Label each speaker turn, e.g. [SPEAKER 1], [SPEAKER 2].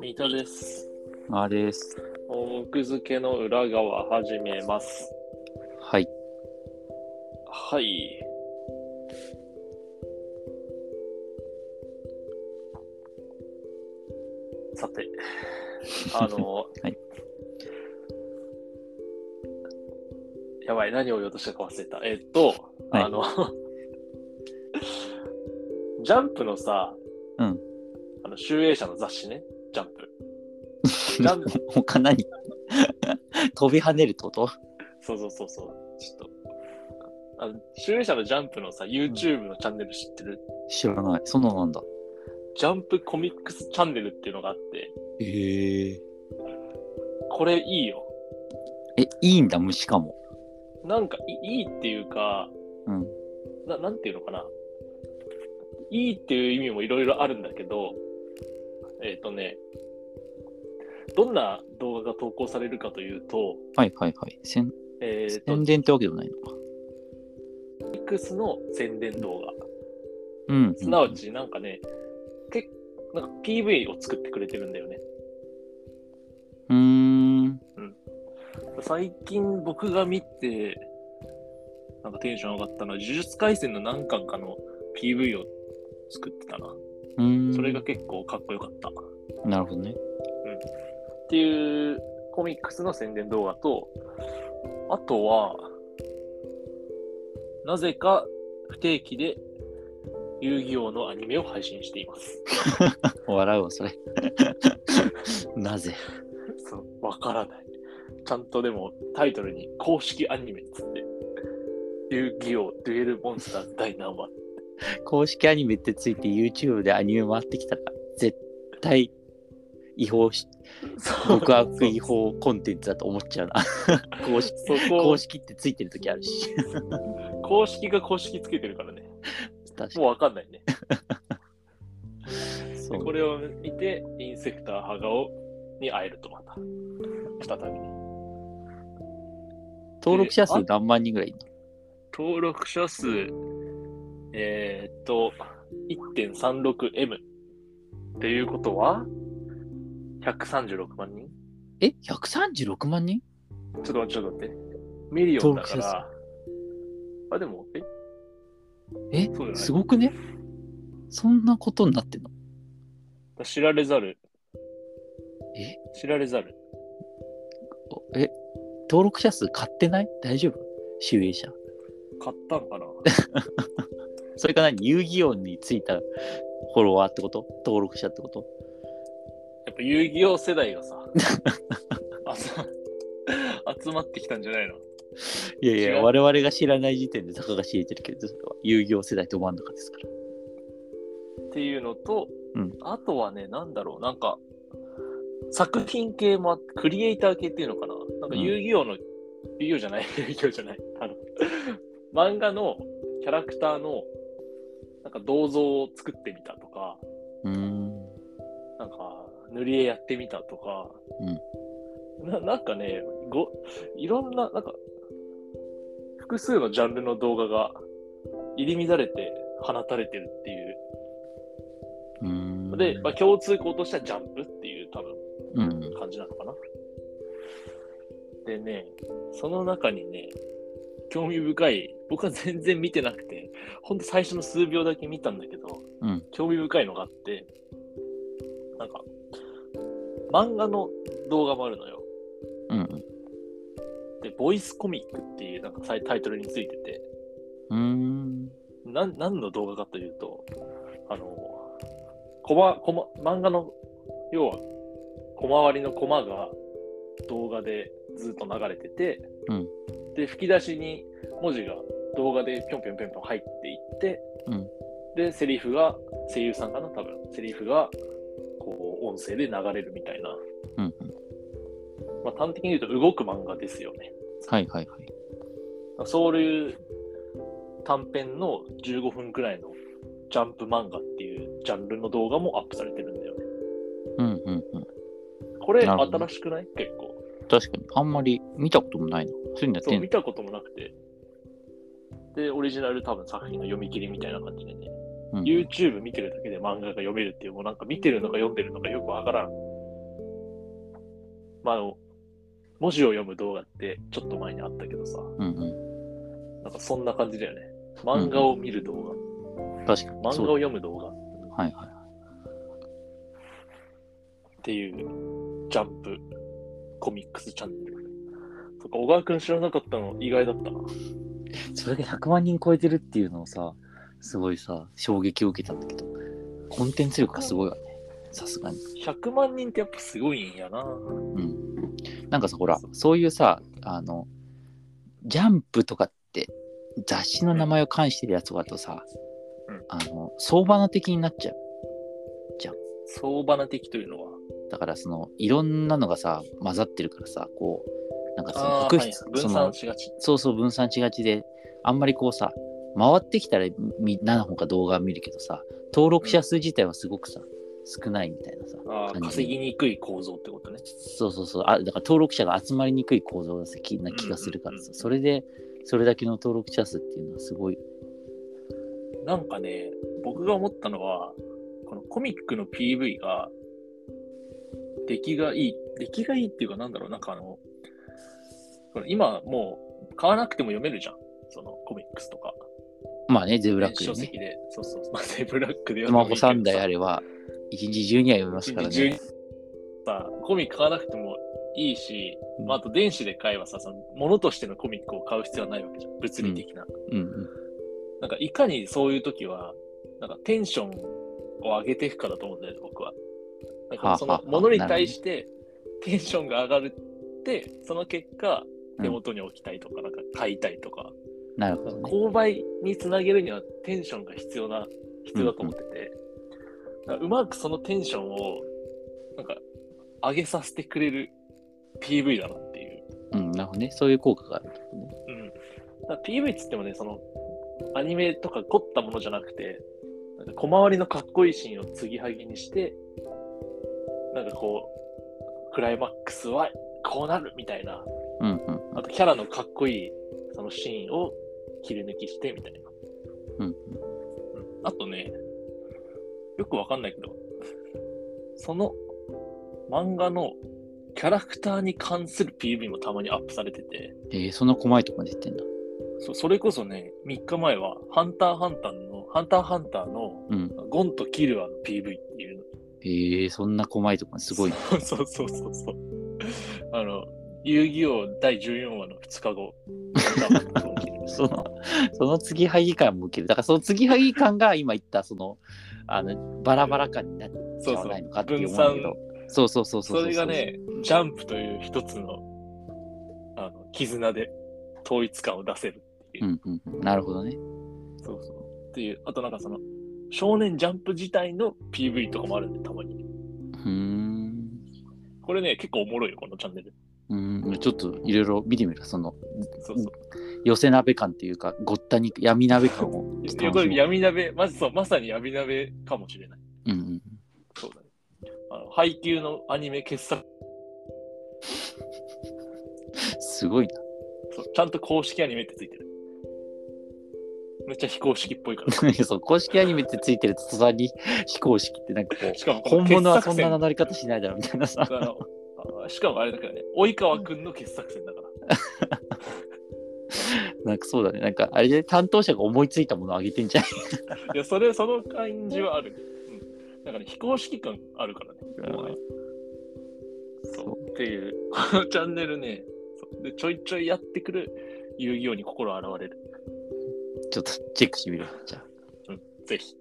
[SPEAKER 1] 三田です。
[SPEAKER 2] あーです。
[SPEAKER 1] 奥付けの裏側始めます。
[SPEAKER 2] はい。
[SPEAKER 1] はい。さて、 あの、
[SPEAKER 2] はい
[SPEAKER 1] やばい、何を言おうとしたか忘れた。えっと、
[SPEAKER 2] はい
[SPEAKER 1] あの、ジャンプのさ、
[SPEAKER 2] うん
[SPEAKER 1] あの、集英社の雑誌ね、ジャン プ。ジャンプ
[SPEAKER 2] 他何 飛び跳ねるってこと
[SPEAKER 1] そうそうそうそう。ちょっと。あの、集英社のジャンプのさ、YouTube のチャンネル知ってる、
[SPEAKER 2] 知らない。そんなのなんだ。
[SPEAKER 1] ジャンプコミックスチャンネルっていうのがあって、
[SPEAKER 2] ええ。
[SPEAKER 1] これいいよ。
[SPEAKER 2] え、いいんだ、虫かも。
[SPEAKER 1] なんかいいいっていうか、
[SPEAKER 2] うん。
[SPEAKER 1] ななんていうのかな。いいっていう意味もいろいろあるんだけど、えっ、とね、どんな動画が投稿されるかというと、
[SPEAKER 2] はいはいはい。せん
[SPEAKER 1] えっ、と、
[SPEAKER 2] 宣伝ってわけでもないのか。
[SPEAKER 1] コミックスの宣伝動画。
[SPEAKER 2] うん、うん。
[SPEAKER 1] すなわち、なんかね、けなんか PV を作ってくれてるんだよね。
[SPEAKER 2] うーん。
[SPEAKER 1] 最近僕が見て、なんかテンション上がったのは、呪術廻戦の何巻かの PV を作ってたな。
[SPEAKER 2] うーん。
[SPEAKER 1] それが。結構かっこよかった。っ
[SPEAKER 2] なるほどね。
[SPEAKER 1] ていうコミックスの宣伝動画と、あとは、なぜか不定期で遊戯王のアニメを配信しています。
[SPEAKER 2] 笑うわ、それ。 なぜ
[SPEAKER 1] そう、わからない。ちゃんとでもタイトルに公式アニメっつって、遊戯王デュエルモンスターズ第何話
[SPEAKER 2] 公式アニメってついて YouTube でアニメ回ってきたら、絶対違 法し、極悪違法コンテンツだと思っちゃうな。 公式。
[SPEAKER 1] そこ
[SPEAKER 2] 公式ってついてる時あるし。
[SPEAKER 1] 公式が公式つけてるからね。
[SPEAKER 2] 確か
[SPEAKER 1] もうわかんないね。
[SPEAKER 2] に。そ
[SPEAKER 1] で
[SPEAKER 2] う
[SPEAKER 1] これを見て、インセクターハガオに会えるとまた。再び。
[SPEAKER 2] 登録者
[SPEAKER 1] あ
[SPEAKER 2] 数何万人ぐらいいるの
[SPEAKER 1] 登録者数、えー、っと、1.36M。っていうことは、136万人
[SPEAKER 2] え ?136 万人
[SPEAKER 1] ちょっと待って、ちょっと待って。ミリオンだから。あ、でも、え
[SPEAKER 2] え
[SPEAKER 1] そうじゃない
[SPEAKER 2] すごくねそんなことになってんの
[SPEAKER 1] 知られざる。
[SPEAKER 2] え
[SPEAKER 1] 知られざる。
[SPEAKER 2] おえ登録者数買ってない大丈夫集英社。
[SPEAKER 1] 買ったん かな
[SPEAKER 2] それか何遊戯王についたフォロワーってこと登録者ってこと
[SPEAKER 1] やっぱ遊戯王世代がさ、あ集集まってきたんじゃないの
[SPEAKER 2] いやい
[SPEAKER 1] 違
[SPEAKER 2] や、
[SPEAKER 1] う
[SPEAKER 2] 我々が知らない時点で坂が知れてるけど、それは遊戯王世代ど真ん中ですから。
[SPEAKER 1] っていうのと、
[SPEAKER 2] うん
[SPEAKER 1] あとはね、なんだろう、なんか、作品系もあって、クリエイター系っていうのかななんか
[SPEAKER 2] うん
[SPEAKER 1] 遊戯王の、遊戯王じゃない、 遊戯王じゃない、あの、漫画のキャラクターの、なんか銅像を作ってみたとか、
[SPEAKER 2] うーん。
[SPEAKER 1] なんか、塗り絵やってみたとか、ななんかねご、いろんな、なんか、複数のジャンルの動画が入り乱れて放たれてるっていう。
[SPEAKER 2] うーん。
[SPEAKER 1] で、まあ、共通項としてはジャンプっていう多分
[SPEAKER 2] うん。
[SPEAKER 1] 感じなのかな。でね、その中にね、興味深い、僕は全然見てなくて、ほんと最初の数秒だけ見たんだけど、
[SPEAKER 2] うん。
[SPEAKER 1] 興味深いのがあって、なんか、漫画の動画もあるのよ。
[SPEAKER 2] うん。
[SPEAKER 1] で、ボイスコミックっていうなんかさタイトルについてて、
[SPEAKER 2] うーん。
[SPEAKER 1] なん何の動画かというと、あの、コマ、コマ、漫画の、要は、コマ割りのコマが動画でずっと流れてて、
[SPEAKER 2] うん
[SPEAKER 1] で、吹き出しに文字が動画でぴょんぴょんぴょんぴょん入っていって、
[SPEAKER 2] うん
[SPEAKER 1] で、セリフが、声優さんかな、多分、セリフが、こう、音声で流れるみたいな、
[SPEAKER 2] うんうん。
[SPEAKER 1] まあ、端的に言うと動く漫画ですよね。
[SPEAKER 2] はいはいはい。
[SPEAKER 1] そういう短編の15分くらいのジャンプ漫画っていうジャンルの動画もアップされてるんだよね。
[SPEAKER 2] うんうんうん。
[SPEAKER 1] これ
[SPEAKER 2] なるほど
[SPEAKER 1] 新しくない結構。
[SPEAKER 2] 確かに、あんまり見たこともないな。そういうのやっ
[SPEAKER 1] そ
[SPEAKER 2] て
[SPEAKER 1] う、
[SPEAKER 2] んの
[SPEAKER 1] 見たこともなくて。で、オリジナル多分作品の読み切りみたいな感じでね、
[SPEAKER 2] うん
[SPEAKER 1] YouTube 見てるだけで漫画が読めるっていう、もうなんか見てるのか読んでるのかよくわからん。まあ、あの、文字を読む動画ってちょっと前にあったけどさ、
[SPEAKER 2] うん
[SPEAKER 1] なんかそんな感じだよね。漫画を見る動画、
[SPEAKER 2] うん。確かに。
[SPEAKER 1] 漫画を
[SPEAKER 2] そう
[SPEAKER 1] 読む動画っ
[SPEAKER 2] はいはい。
[SPEAKER 1] ていう、ジャンプコミックスチャンネル。そっか、小川くん知らなかったの意外だったな。
[SPEAKER 2] それが100万人超えてるっていうのをさ、すごいさ、衝撃を受けたんだけど、コンテンツ力がすごいわね。さすがに。
[SPEAKER 1] 100万人ってやっぱすごいんやな。
[SPEAKER 2] うん。なんかさ、ほら、そういうさ、あの、ジャンプとかって、雑誌の名前を冠してるやつとかだとさ、
[SPEAKER 1] うん
[SPEAKER 2] あの、相場の敵になっちゃう。
[SPEAKER 1] 相場な敵というのは。
[SPEAKER 2] だから、その、いろんなのがさ、混ざってるからさ、こう、なんかその、
[SPEAKER 1] ああ
[SPEAKER 2] 特
[SPEAKER 1] ー、はい
[SPEAKER 2] 筆、、そ
[SPEAKER 1] 分散、
[SPEAKER 2] の
[SPEAKER 1] しがち。
[SPEAKER 2] そうそう分散しがちで、あんまりこうさ、回ってきたらみ何本か動画見るけどさ、登録者数自体はすごくさ、少ないみたいなさ。
[SPEAKER 1] ああ、
[SPEAKER 2] 感じ
[SPEAKER 1] 稼ぎにくい構造ってことね。
[SPEAKER 2] そうそうそう。あだから登録者が集まりにくい構造が好きな気がするから
[SPEAKER 1] うんうん
[SPEAKER 2] さ、
[SPEAKER 1] うん
[SPEAKER 2] それで、それだけの登録者数っていうのはすごい。
[SPEAKER 1] なんかね、僕が思ったのは、このコミックの PV が、出来がいい、出来がいいっていうか、なんだろう、なんかあの、この今もう買わなくても読めるじゃん。そのコミックスとか。
[SPEAKER 2] まあね、ゼブラック
[SPEAKER 1] 書
[SPEAKER 2] でね。
[SPEAKER 1] 籍で、そうそう、 まあ、ゼブラックで
[SPEAKER 2] スマホ3台あ
[SPEAKER 1] れ
[SPEAKER 2] れば、1日中には読めますから
[SPEAKER 1] 12
[SPEAKER 2] ね。
[SPEAKER 1] さ、コミック買わなくてもいいし、
[SPEAKER 2] うん
[SPEAKER 1] まあ、あと電子で買えばさ、その物としてのコミックを買う必要はないわけじゃん。物理的な。
[SPEAKER 2] うんうん。
[SPEAKER 1] なんかいかにそういう時は、なんかテンションを上げていくかだと思うんだよね、僕は。なん
[SPEAKER 2] はあ
[SPEAKER 1] かそ
[SPEAKER 2] は
[SPEAKER 1] の
[SPEAKER 2] あはあ
[SPEAKER 1] ものに対してテンションが上がるって、その結果、
[SPEAKER 2] うん
[SPEAKER 1] 手元に置きたいとか、なんか買いたいとか、
[SPEAKER 2] なるほどね。
[SPEAKER 1] 購買につなげるにはテンションが必要な、必要だと思ってて、だからうまくそのテンションを、なんか、上げさせてくれる PV だなっていう。
[SPEAKER 2] うん、なるほどね。そういう効果がある。
[SPEAKER 1] うん、だから PV っつってもねそのアニメとか凝ったものじゃなくてなんか小回りのかっこいいシーンを継ぎはぎにしてなんかこうクライマックスはこうなるみたいな
[SPEAKER 2] うんうん
[SPEAKER 1] あとキャラのかっこいいそのシーンを切り抜きしてみたいな、
[SPEAKER 2] うん
[SPEAKER 1] うんあとねよくわかんないけどその漫画のキャラクターに関する PV もたまにアップされてて、
[SPEAKER 2] えー、そんな細いとこまで言ってんだ。
[SPEAKER 1] そうそれこそね、3日前は、ハンターハンターの、ハンターハンターの、
[SPEAKER 2] うん。
[SPEAKER 1] ゴンとキルアの PV っていうの。
[SPEAKER 2] えー、そんな細いとこまですごいね。
[SPEAKER 1] そうそうそうそうそう。あの、遊戯王第14話の2日後。ハンターハンターのゴンとキル
[SPEAKER 2] その、その継ぎはぎ感も受ける。だからその継ぎはぎ感が今言った、その、あの、バラバラ感になっ
[SPEAKER 1] そ
[SPEAKER 2] ち
[SPEAKER 1] う
[SPEAKER 2] ゃわ
[SPEAKER 1] そ
[SPEAKER 2] な
[SPEAKER 1] う
[SPEAKER 2] いのかって思う
[SPEAKER 1] 分
[SPEAKER 2] んだけ
[SPEAKER 1] 散
[SPEAKER 2] ど。そうそうそう
[SPEAKER 1] そ
[SPEAKER 2] そうう。
[SPEAKER 1] れがね、ジャンプという一つの、あの、絆で統一感を出せるっていうう。
[SPEAKER 2] んうんうん。なるほどね。
[SPEAKER 1] そうそう。っていう、あとなんかその、少年ジャンプ自体の PV とかもあるんで、たまに。
[SPEAKER 2] うーん。
[SPEAKER 1] これね、結構おもろいよ、このチャンネル。
[SPEAKER 2] うーんちょっといろいろ見てみるか、その
[SPEAKER 1] そうそう。
[SPEAKER 2] 寄せ鍋感というか、ごったに闇鍋感 を
[SPEAKER 1] い
[SPEAKER 2] ちょっと
[SPEAKER 1] や
[SPEAKER 2] 楽
[SPEAKER 1] こ
[SPEAKER 2] し
[SPEAKER 1] れ
[SPEAKER 2] も
[SPEAKER 1] 闇鍋、まずそう、まさに闇鍋かもしれない。
[SPEAKER 2] う。うんうん、
[SPEAKER 1] そうだね。あの配給のアニメ傑作
[SPEAKER 2] すごいな。
[SPEAKER 1] そう、ちゃんと公式アニメってついてる。めっちゃ非公式っぽいか。
[SPEAKER 2] そう公式アニメってついてると、途端に非公式ってなんか らこ
[SPEAKER 1] しかも
[SPEAKER 2] う、
[SPEAKER 1] この
[SPEAKER 2] 本物は
[SPEAKER 1] 傑
[SPEAKER 2] そ
[SPEAKER 1] 作
[SPEAKER 2] ん
[SPEAKER 1] 選
[SPEAKER 2] な名乗り方しないだろうみたいなさ
[SPEAKER 1] だ。からあしかもあれだからね、及川くんの傑作戦だから。
[SPEAKER 2] なんかそうだね。なんかあれで担当者が思いついたものをあげてんじゃない
[SPEAKER 1] いや、それ、その感じはある。うん。だから、非公式感あるからね。
[SPEAKER 2] うん
[SPEAKER 1] もはや
[SPEAKER 2] そ
[SPEAKER 1] そう。っていう、このチャンネルね、そうでちょいちょいやってくる遊戯王に心現れる。
[SPEAKER 2] ちょっとチェックしてみるわじゃあ。
[SPEAKER 1] ぜひ。